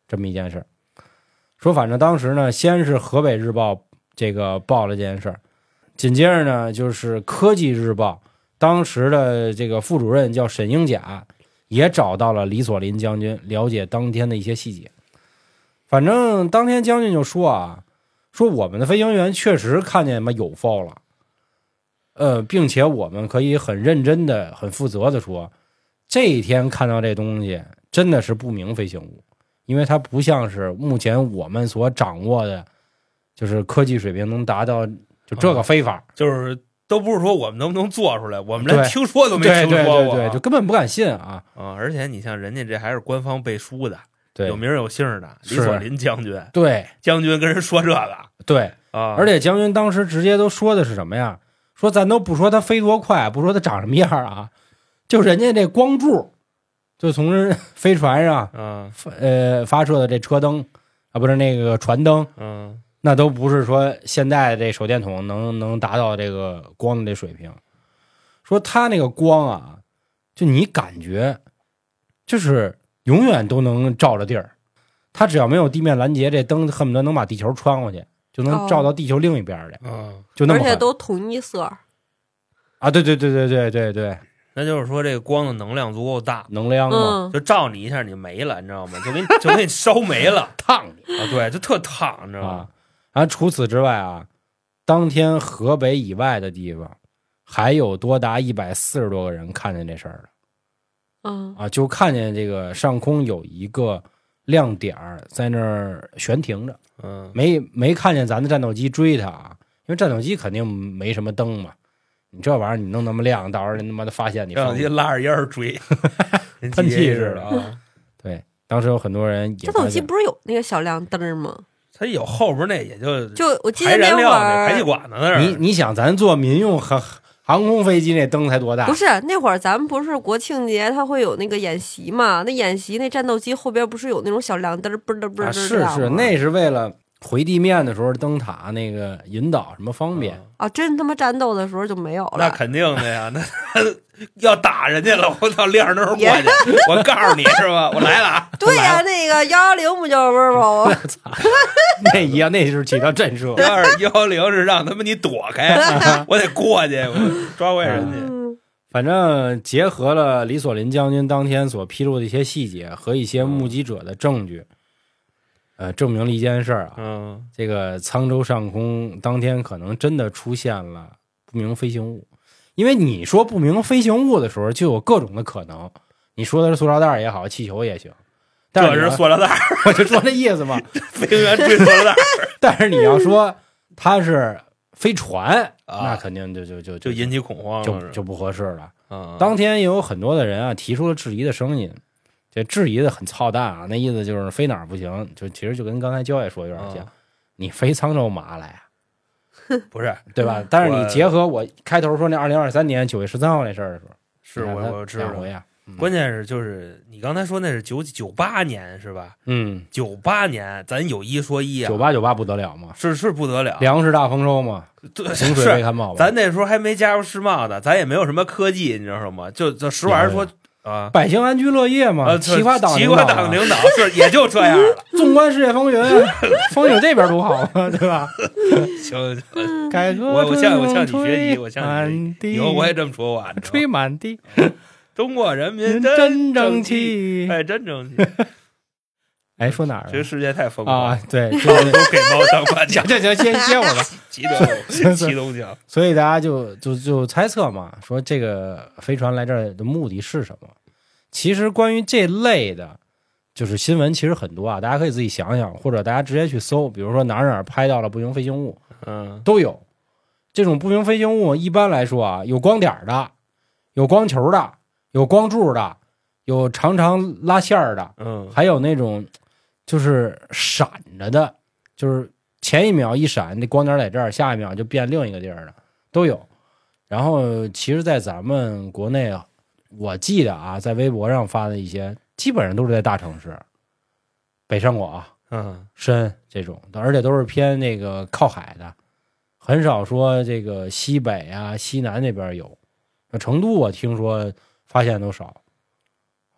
[SPEAKER 3] 这么一件事儿。说反正当时呢，先是河北日报这个报了这件事儿，紧接着呢就是科技日报，当时的这个副主任叫沈英甲，也找到了李索林将军，了解当天的一些细节。反正当天将军就说啊，说我们的飞行员确实看见什么有 f 了。呃，并且我们可以很认真的、很负责的说，这一天看到这东西真的是不明飞行物，因为它不像是目前我们所掌握的，就是科技水平能达到就
[SPEAKER 4] 啊
[SPEAKER 3] 这个飞法，
[SPEAKER 4] 就是都不是说我们能不能做出来，我们连
[SPEAKER 3] 对
[SPEAKER 4] 听说都没
[SPEAKER 3] 对
[SPEAKER 4] 听
[SPEAKER 3] 对
[SPEAKER 4] 说
[SPEAKER 3] 对
[SPEAKER 4] 过
[SPEAKER 3] 对，
[SPEAKER 4] 啊。
[SPEAKER 3] 就根本不敢信啊！
[SPEAKER 4] 啊，而且你像人家这还是官方背书的，
[SPEAKER 3] 对
[SPEAKER 4] 有名有姓的李
[SPEAKER 3] 是
[SPEAKER 4] 索林将军，
[SPEAKER 3] 对
[SPEAKER 4] 将军跟人说这个
[SPEAKER 3] 对，
[SPEAKER 4] 啊，
[SPEAKER 3] 而且将军当时直接都说的是什么呀？说咱都不说它飞多快，不说它长什么样啊，就人家这光柱，就从人飞船上
[SPEAKER 4] 嗯
[SPEAKER 3] 呃发射的这车灯啊，不是那个船灯，
[SPEAKER 4] 嗯
[SPEAKER 3] 那都不是说现在这手电筒能能达到这个光的这水平。说它那个光啊，就你感觉就是永远都能照着地儿，它只要没有地面拦截，这灯恨不得能把地球穿过去，就能
[SPEAKER 5] 哦
[SPEAKER 3] 照到地球另一边儿去，
[SPEAKER 4] 嗯，
[SPEAKER 3] 就那
[SPEAKER 5] 而
[SPEAKER 3] 么
[SPEAKER 5] 且
[SPEAKER 3] 狠
[SPEAKER 5] 都同一色儿，
[SPEAKER 3] 啊！对对对对对对对，
[SPEAKER 4] 那就是说这个光的能量足够大，
[SPEAKER 3] 能量嘛，
[SPEAKER 5] 嗯，
[SPEAKER 4] 就照你一下你就没了，你知道吗？就给你就给你烧没
[SPEAKER 3] <laughs>
[SPEAKER 4] 了
[SPEAKER 3] 烫你。
[SPEAKER 4] 啊，对，就特烫，你知道
[SPEAKER 3] 啊
[SPEAKER 4] 吗？。
[SPEAKER 3] 然后除此之外啊，当天河北以外的地方还有多达一百四十多个人看见这事儿了
[SPEAKER 5] 嗯，
[SPEAKER 3] 啊，就看见这个上空有一个亮点儿在那儿悬停着，
[SPEAKER 4] 嗯，
[SPEAKER 3] 没没看见咱的战斗机追它啊，因为战斗机肯定没什么灯嘛。你这玩意儿你弄那么亮，到时候人他妈的发现你
[SPEAKER 4] 让
[SPEAKER 3] 放
[SPEAKER 4] 人家拉着烟儿追，
[SPEAKER 3] <laughs>
[SPEAKER 4] 跟
[SPEAKER 3] 喷气
[SPEAKER 4] TJ
[SPEAKER 3] 似
[SPEAKER 4] 的
[SPEAKER 3] 的
[SPEAKER 4] 啊。
[SPEAKER 3] 对，当时有很多人也
[SPEAKER 5] 战斗
[SPEAKER 3] 发
[SPEAKER 5] 机
[SPEAKER 3] 现
[SPEAKER 5] 不是有那个小亮灯儿吗？
[SPEAKER 4] 它有后边那也就
[SPEAKER 5] 就我记
[SPEAKER 4] 排
[SPEAKER 5] 得那
[SPEAKER 4] 燃
[SPEAKER 5] 会
[SPEAKER 4] 料那排气
[SPEAKER 5] 儿，
[SPEAKER 4] 管子那儿，
[SPEAKER 3] 你你想咱坐民用航航空飞机那灯才多大？啊
[SPEAKER 5] 不是那会儿咱们不是国庆节它会有那个演习嘛？那演习那战斗机后边不是有那种小亮灯儿，嘣噔嘣噔
[SPEAKER 3] 啊，
[SPEAKER 5] 儿
[SPEAKER 3] 是
[SPEAKER 5] 亮
[SPEAKER 3] 是，
[SPEAKER 5] 吗
[SPEAKER 3] 那是为了回地面的时候灯塔那个引导什么方便。
[SPEAKER 4] 嗯
[SPEAKER 5] 啊，真他妈战斗的时候就没有
[SPEAKER 4] 那
[SPEAKER 5] 了。
[SPEAKER 4] 肯定的呀， <laughs> 那要打人家了，我操，亮着那儿过
[SPEAKER 5] <laughs>
[SPEAKER 4] 去，我告诉你是吧？我来了啊，。
[SPEAKER 5] 对呀、那个幺幺零不就是
[SPEAKER 3] <laughs>
[SPEAKER 5] Verbo 吗？
[SPEAKER 3] <laughs> 那一样，那就是起到震慑
[SPEAKER 4] 幺二幺零是让他们你躲
[SPEAKER 5] <laughs>
[SPEAKER 4] 开，我得过去，我抓坏人家。
[SPEAKER 5] 嗯
[SPEAKER 3] 反正结合了李索林将军当天所披露的一些细节和一些目击者的证据，呃，证明了一件事儿啊，
[SPEAKER 4] 嗯，
[SPEAKER 3] 这个沧州上空当天可能真的出现了不明飞行物。因为你说不明飞行物的时候，就有各种的可能。你说的是塑料袋儿也好，气球也行，但
[SPEAKER 4] 这
[SPEAKER 3] 是
[SPEAKER 4] 是
[SPEAKER 3] 你要
[SPEAKER 4] 塑料袋儿，
[SPEAKER 3] <laughs> 我就说那意思
[SPEAKER 4] <laughs>
[SPEAKER 3] 嘛。
[SPEAKER 4] 飞行员追塑料袋儿， <laughs>
[SPEAKER 3] 但是你要说它是飞船，
[SPEAKER 4] 啊
[SPEAKER 3] 那肯定就就就就
[SPEAKER 4] 就引起恐慌了。
[SPEAKER 3] 就是就不合适了。
[SPEAKER 4] 嗯，
[SPEAKER 3] 当天也有很多的人啊提出了质疑的声音，这质疑的很操蛋啊，那意思就是飞哪儿不行，就其实就跟刚才焦爷说有点像，
[SPEAKER 4] 嗯
[SPEAKER 3] 你飞沧州嘛来啊，
[SPEAKER 4] 不是，
[SPEAKER 3] 对吧？但是
[SPEAKER 4] 我
[SPEAKER 3] 你结合我开头说那二零二三年九月十三号那事儿的时候，
[SPEAKER 4] 是
[SPEAKER 3] 你看
[SPEAKER 4] 我
[SPEAKER 3] 它
[SPEAKER 4] 我知道
[SPEAKER 3] 两。回啊，
[SPEAKER 4] 关键是就是你刚才说那是九九八年是吧？
[SPEAKER 3] 嗯，
[SPEAKER 4] 九八年，咱有一说一啊，
[SPEAKER 3] 九八九八不得了嘛，
[SPEAKER 4] 是是不得了，
[SPEAKER 3] 粮食大丰收嘛，
[SPEAKER 4] 对
[SPEAKER 3] 洪水被
[SPEAKER 4] 是。
[SPEAKER 3] 看爆吧，
[SPEAKER 4] 咱那时候还没加入世贸呢，咱也没有什么科技，你知道吗？就就实话实说啊，
[SPEAKER 3] 百姓安居乐业嘛，
[SPEAKER 4] 呃，
[SPEAKER 3] 齐华党
[SPEAKER 4] 齐
[SPEAKER 3] 领导
[SPEAKER 4] 华
[SPEAKER 3] 啊
[SPEAKER 4] 党领导是也就这样
[SPEAKER 3] <laughs>
[SPEAKER 4] 了。
[SPEAKER 3] 纵观世界风云，啊
[SPEAKER 4] <laughs>
[SPEAKER 3] 风景这边多好啊，对吧？
[SPEAKER 4] 行，
[SPEAKER 3] 改革
[SPEAKER 4] 嗯我我向我向你
[SPEAKER 3] 春风
[SPEAKER 4] 学习
[SPEAKER 3] 吹
[SPEAKER 4] 我向你
[SPEAKER 3] 满地
[SPEAKER 4] 以后我也这么说话。你知道
[SPEAKER 3] 哎
[SPEAKER 4] 吗
[SPEAKER 3] 吹满地，
[SPEAKER 4] 中国人民
[SPEAKER 3] 人
[SPEAKER 4] 真
[SPEAKER 3] 真
[SPEAKER 4] 争
[SPEAKER 3] 争
[SPEAKER 4] 气，
[SPEAKER 3] 气。
[SPEAKER 4] 哎，真
[SPEAKER 3] <laughs>
[SPEAKER 4] 争气！
[SPEAKER 3] 哎，说哪儿
[SPEAKER 4] 这个
[SPEAKER 3] 了
[SPEAKER 4] 世界太疯狂
[SPEAKER 3] 啊
[SPEAKER 4] 了，？
[SPEAKER 3] 对，就是
[SPEAKER 4] 都给猫当饭
[SPEAKER 3] 行
[SPEAKER 4] 讲，
[SPEAKER 3] 行行，歇歇会儿吧。 <laughs>
[SPEAKER 4] 齐东齐东讲，
[SPEAKER 3] 所以大家就就就猜测嘛，说这个飞船来这儿的目的是什么？其实关于这类的，就是新闻其实很多啊，大家可以自己想想，或者大家直接去搜，比如说哪儿哪儿拍到了不明飞行物，
[SPEAKER 4] 嗯
[SPEAKER 3] 都有。这种不明飞行物一般来说啊，有光点儿的，有光球的，有光柱的，有长长拉线儿的，
[SPEAKER 4] 嗯，
[SPEAKER 3] 还有那种就是闪着的，就是前一秒一闪，这光点在这儿，下一秒就变另一个地儿了，都有。然后其实，在咱们国内，啊，我记得啊，在微博上发的一些，基本上都是在大城市，北上广、
[SPEAKER 4] 嗯，
[SPEAKER 3] 深这种的，而且都是偏那个靠海的，很少说这个西北啊、西南那边有。那成都我听说发现都少，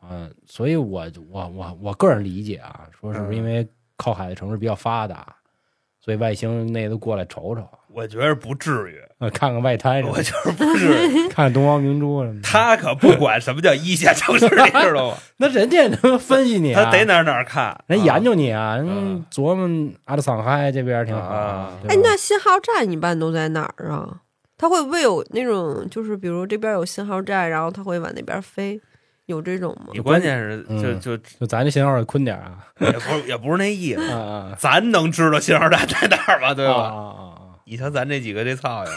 [SPEAKER 3] 嗯，所以我我我我个人理解啊，说是不是因为靠海的城市比较发达，所以外星那都过来瞅瞅，
[SPEAKER 4] 我觉得不至于，
[SPEAKER 3] 呃看看外滩什么
[SPEAKER 4] 我
[SPEAKER 3] 的，
[SPEAKER 4] 觉得不至于。
[SPEAKER 3] 看看东方明珠什么的。
[SPEAKER 4] 他可不管什么叫一线城市，你知道吗？
[SPEAKER 3] <laughs> 那人家能分 <laughs> 析你、啊，
[SPEAKER 4] 他得哪儿哪儿看，
[SPEAKER 3] 人研究你啊，
[SPEAKER 4] 嗯
[SPEAKER 3] 人琢磨阿勒桑嗨这边挺好
[SPEAKER 4] 啊
[SPEAKER 3] 啊。对
[SPEAKER 5] 哎
[SPEAKER 3] 吧，
[SPEAKER 5] 那信号站一般都在哪儿啊？它会不会有那种，就是比如这边有信号站，然后它会往那边飞，有这种吗
[SPEAKER 4] 你？啊关键是
[SPEAKER 3] 嗯
[SPEAKER 4] 就就
[SPEAKER 3] 就咱这信号得宽点儿啊。
[SPEAKER 4] 也不是也不是那意思，
[SPEAKER 3] 啊 <laughs> 啊，
[SPEAKER 4] 咱能知道信号站在哪儿吗？对
[SPEAKER 3] 啊
[SPEAKER 4] 吧？
[SPEAKER 3] 啊啊！
[SPEAKER 4] 你瞧咱这几个这操呀，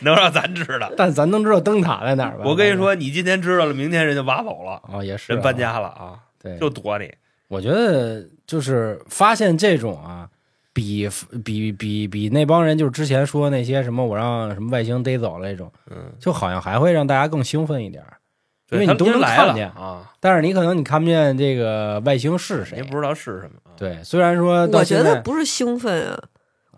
[SPEAKER 4] 能让咱知道？
[SPEAKER 3] 但咱能知道灯塔在哪儿吧？
[SPEAKER 4] 我跟你说，你今天知道了，明天人就挖走了，
[SPEAKER 3] 啊，也是啊
[SPEAKER 4] 人搬。家了啊，
[SPEAKER 3] 对，
[SPEAKER 4] 就躲你。
[SPEAKER 3] 我觉得就是发现这种啊，比比比比那帮人就是之前说那些什么我让什么外星逮走了那种，
[SPEAKER 4] 嗯，
[SPEAKER 3] 就好像还会让大家更兴奋一点儿。因为
[SPEAKER 4] 对他
[SPEAKER 3] 你都
[SPEAKER 4] 们
[SPEAKER 3] 能
[SPEAKER 4] 来
[SPEAKER 3] 看
[SPEAKER 4] 了
[SPEAKER 3] 见
[SPEAKER 4] 啊，
[SPEAKER 3] 但是你可能你看不见这个外星是
[SPEAKER 4] 你也
[SPEAKER 3] 谁。
[SPEAKER 4] 不知道是什么。啊，
[SPEAKER 3] 对，虽然说到
[SPEAKER 5] 我觉
[SPEAKER 3] 现
[SPEAKER 5] 得
[SPEAKER 3] 在
[SPEAKER 5] 不是兴奋啊，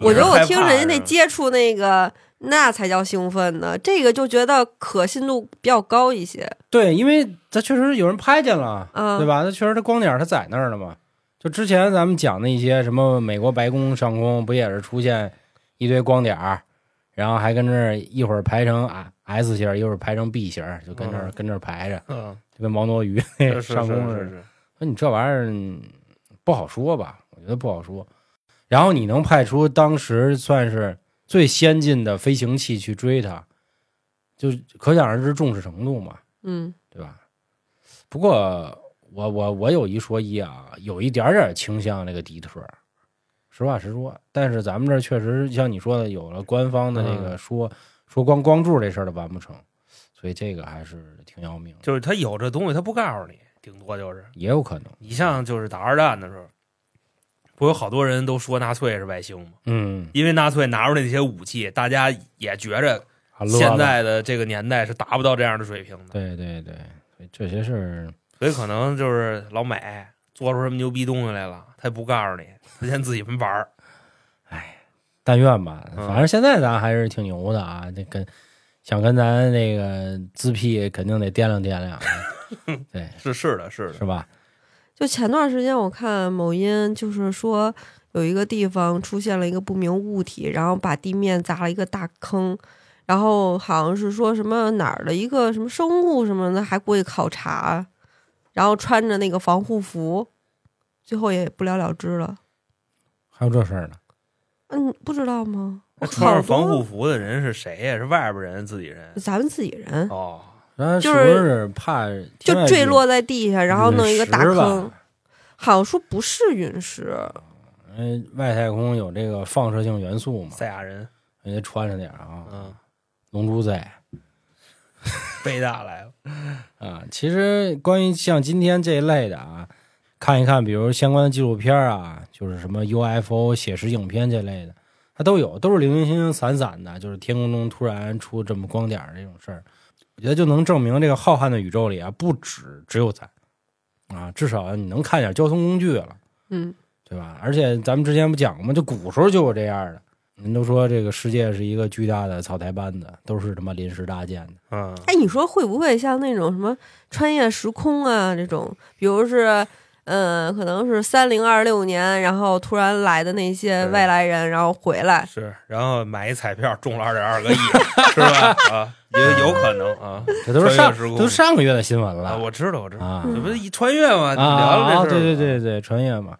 [SPEAKER 4] 你
[SPEAKER 5] 我觉
[SPEAKER 4] 是
[SPEAKER 5] 得我
[SPEAKER 4] 害
[SPEAKER 5] 听
[SPEAKER 4] 怕
[SPEAKER 5] 人家那
[SPEAKER 4] 是吧
[SPEAKER 5] 接触那个，那才叫兴奋呢。这个就觉得可信度比较高一些。
[SPEAKER 3] 对，因为他确实有人拍见了，啊
[SPEAKER 5] 嗯
[SPEAKER 3] 对吧？他确实他光点儿他在那儿了嘛。就之前咱们讲的一些什么美国白宫上空不也是出现一堆光点儿，然后还跟这儿一会儿排成 S S 型儿，一会儿排成 B 型儿，就跟这儿、
[SPEAKER 4] 嗯
[SPEAKER 3] 跟这儿排着，
[SPEAKER 4] 嗯，
[SPEAKER 3] 就跟毛多鱼
[SPEAKER 4] 是是
[SPEAKER 3] 啊上空似
[SPEAKER 4] 是
[SPEAKER 3] 的。
[SPEAKER 4] 是，
[SPEAKER 3] 那你这玩意儿嗯不好说吧？我觉得不好说。然后你能派出当时算是最先进的飞行器去追它，就可想而知重视程度嘛。
[SPEAKER 5] 嗯，
[SPEAKER 3] 对吧？不过我我我有一说一啊，有一点点倾向这个迪特，实话实说。但是咱们这儿确实像你说的，有了官方的这
[SPEAKER 4] 嗯
[SPEAKER 3] 个说、说光光柱这事儿都完不成，所以这个还是挺要命的，
[SPEAKER 4] 就是他有这东西，他不告诉你，顶多就是
[SPEAKER 3] 也有可能。
[SPEAKER 4] 你像就是打二战的时候，不有好多人都说纳粹是外星吗？
[SPEAKER 3] 嗯，
[SPEAKER 4] 因为纳粹拿出来那些武器，大家也觉着
[SPEAKER 3] 啊乐
[SPEAKER 4] 现
[SPEAKER 3] 了
[SPEAKER 4] 在的这个年代是达不到这样的水平的，
[SPEAKER 3] 对对对，所以这些事儿
[SPEAKER 4] 所以可能就是老美做出什么牛逼东西来了，他也不告诉你，他先自己玩儿。
[SPEAKER 3] 但愿吧，
[SPEAKER 4] 嗯
[SPEAKER 3] 反正现在咱还是挺牛的啊，这跟想跟咱那个自闭肯定得掂量掂
[SPEAKER 4] <laughs>
[SPEAKER 3] 量，对，
[SPEAKER 4] 是是的，是的，
[SPEAKER 3] <laughs> 是吧？
[SPEAKER 5] 就前段时间我看某音，就是说有一个地方出现了一个不明物体，然后把地面砸了一个大坑，然后好像是说什么哪儿的一个什么生物什么的，还过去考察，然后穿着那个防护服，最后也不了了之了。
[SPEAKER 3] 还有这事儿呢。
[SPEAKER 5] 嗯，不知道吗？
[SPEAKER 4] 那穿上
[SPEAKER 5] 好多
[SPEAKER 4] 防护服的人是谁呀？是外边人，自己人？
[SPEAKER 5] 咱们自己人
[SPEAKER 4] 哦，
[SPEAKER 3] 然后
[SPEAKER 5] 就是
[SPEAKER 3] 不是怕
[SPEAKER 5] 就
[SPEAKER 3] 天外
[SPEAKER 5] 坠
[SPEAKER 3] 陨
[SPEAKER 5] 落在地下，然后弄一个大
[SPEAKER 3] 陨石吧
[SPEAKER 5] 坑，好像说不是陨石，
[SPEAKER 3] 嗯、外太空有这个放射性元素嘛，
[SPEAKER 4] 赛亚人，
[SPEAKER 3] 人家穿上点儿啊，
[SPEAKER 4] 嗯，
[SPEAKER 3] 龙珠在
[SPEAKER 4] 贝大来了，
[SPEAKER 3] 啊。其实关于像今天这一类的啊，看一看，比如相关的纪录片儿啊，就是什么 UFO 写实影片这类的，它都有，都是零零星星散散的，就是天空中突然出这么光点儿这种事儿，我觉得就能证明这个浩瀚的宇宙里啊，不止只有咱啊，至少你能看点儿交通工具了。
[SPEAKER 5] 嗯，
[SPEAKER 3] 对吧？而且咱们之前不讲过吗？就古时候就有这样的。人都说这个世界是一个巨大的草台班子，都是他妈临时搭建的。
[SPEAKER 4] 嗯，
[SPEAKER 5] 哎，你说会不会像那种什么穿越时空啊这种，比如是，嗯，可能是三零二六年，然后突然来的那些
[SPEAKER 4] 对
[SPEAKER 5] 外来人，然后回来，
[SPEAKER 4] 是，然后买一彩票中了二点二个亿， <laughs> 是吧？啊，也有可能啊。
[SPEAKER 3] 嗯这都是上
[SPEAKER 4] 穿越时空
[SPEAKER 3] 都是上个月的新闻了
[SPEAKER 4] 啊，我知道，我知道，
[SPEAKER 3] 啊
[SPEAKER 4] 这不是一穿越吗？
[SPEAKER 3] 啊
[SPEAKER 4] 聊了
[SPEAKER 3] 啊！
[SPEAKER 4] 这事儿
[SPEAKER 3] 对对对对，穿越嘛，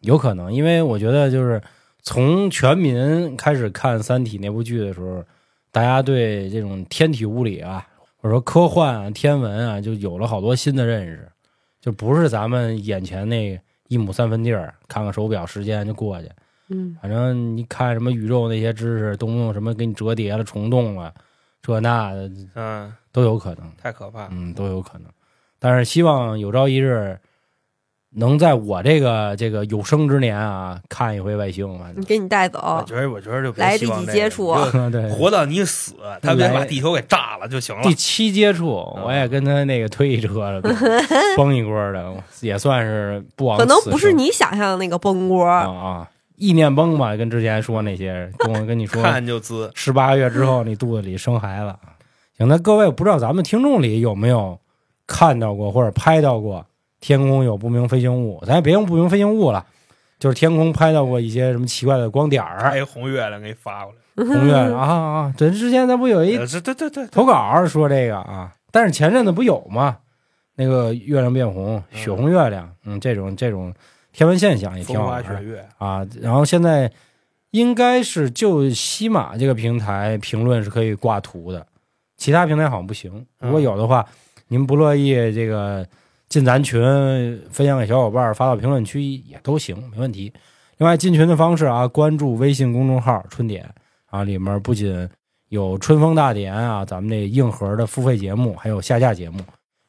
[SPEAKER 3] 有可能，因为我觉得就是从全民开始看《三体》那部剧的时候，大家对这种天体物理啊，或者说科幻啊、天文啊，就有了好多新的认识，就不是咱们眼前那一亩三分地儿，看看手表时间就过去。
[SPEAKER 5] 嗯，
[SPEAKER 3] 反正你看什么宇宙那些知识，动不动什么给你折叠了、虫洞了，这那的
[SPEAKER 4] 嗯，
[SPEAKER 3] 都有可能，
[SPEAKER 4] 太可怕了。
[SPEAKER 3] 嗯嗯，都有可能。但是希望有朝一日能在我这个这个有生之年啊，看一回外星。反
[SPEAKER 5] 你给你带走
[SPEAKER 4] 我，觉得，我觉得就别
[SPEAKER 5] 来
[SPEAKER 4] 希望
[SPEAKER 5] 第几
[SPEAKER 4] 这个
[SPEAKER 5] 接触啊
[SPEAKER 4] 你就
[SPEAKER 3] 正 <laughs> 对，
[SPEAKER 4] 活到你死，他别把地球给炸了就行了
[SPEAKER 3] 第。七接触，
[SPEAKER 4] 嗯
[SPEAKER 3] 我也跟他那个推一车
[SPEAKER 5] <laughs>
[SPEAKER 3] 了，崩一锅的，也算是不枉
[SPEAKER 5] 可能
[SPEAKER 3] 此
[SPEAKER 5] 不是
[SPEAKER 3] 生
[SPEAKER 5] 你想象的那个崩锅，
[SPEAKER 3] 啊啊，意念崩吧，跟之前说那些，跟我跟你说，
[SPEAKER 4] <laughs> 看就滋，
[SPEAKER 3] 十八月之后你肚子里生孩子。行，那各位，我不知道咱们听众里有没有看到过或者拍到过天空有不明飞行物，咱也别用不明飞行物了，就是天空拍到过一些什么奇怪的光点儿、
[SPEAKER 4] 哎，红月亮给你发过来。
[SPEAKER 3] 红
[SPEAKER 4] <laughs>
[SPEAKER 3] 月亮啊啊啊！对，之前咱不有一
[SPEAKER 4] 呃这对对对，
[SPEAKER 3] 投稿说这个啊，但是前阵子不有吗？那个月亮变红，
[SPEAKER 4] 嗯
[SPEAKER 3] 血红月亮，嗯，这种这种天文现象也挺
[SPEAKER 4] 风
[SPEAKER 3] 好
[SPEAKER 4] 花
[SPEAKER 3] 玩
[SPEAKER 4] 雪
[SPEAKER 3] 的
[SPEAKER 4] 月，
[SPEAKER 3] 啊。然后现在应该是就西马这个平台评论是可以挂图的，其他平台好像不行。如果有的话，您不乐意这个进咱群分享给小伙伴，发到评论区也都行，没问题。另外进群的方式啊，关注微信公众号“春点”啊，里面不仅有春风大典啊，咱们这硬核的付费节目，还有下架节目，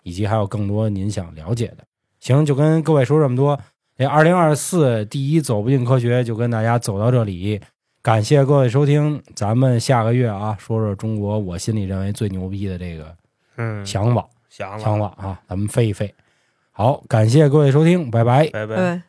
[SPEAKER 3] 以及还有更多您想了解的。行，就跟各位说这么多。这二零二四第一走不进科学就跟大家走到这里，感谢各位收听，咱们下个月啊说说中国我心里认为最牛逼的这个
[SPEAKER 4] 嗯，
[SPEAKER 3] 想法、
[SPEAKER 4] 想了，
[SPEAKER 3] 想法啊，咱们飞一飞。好，感谢各位收听，拜拜。
[SPEAKER 4] 拜拜。
[SPEAKER 5] 对。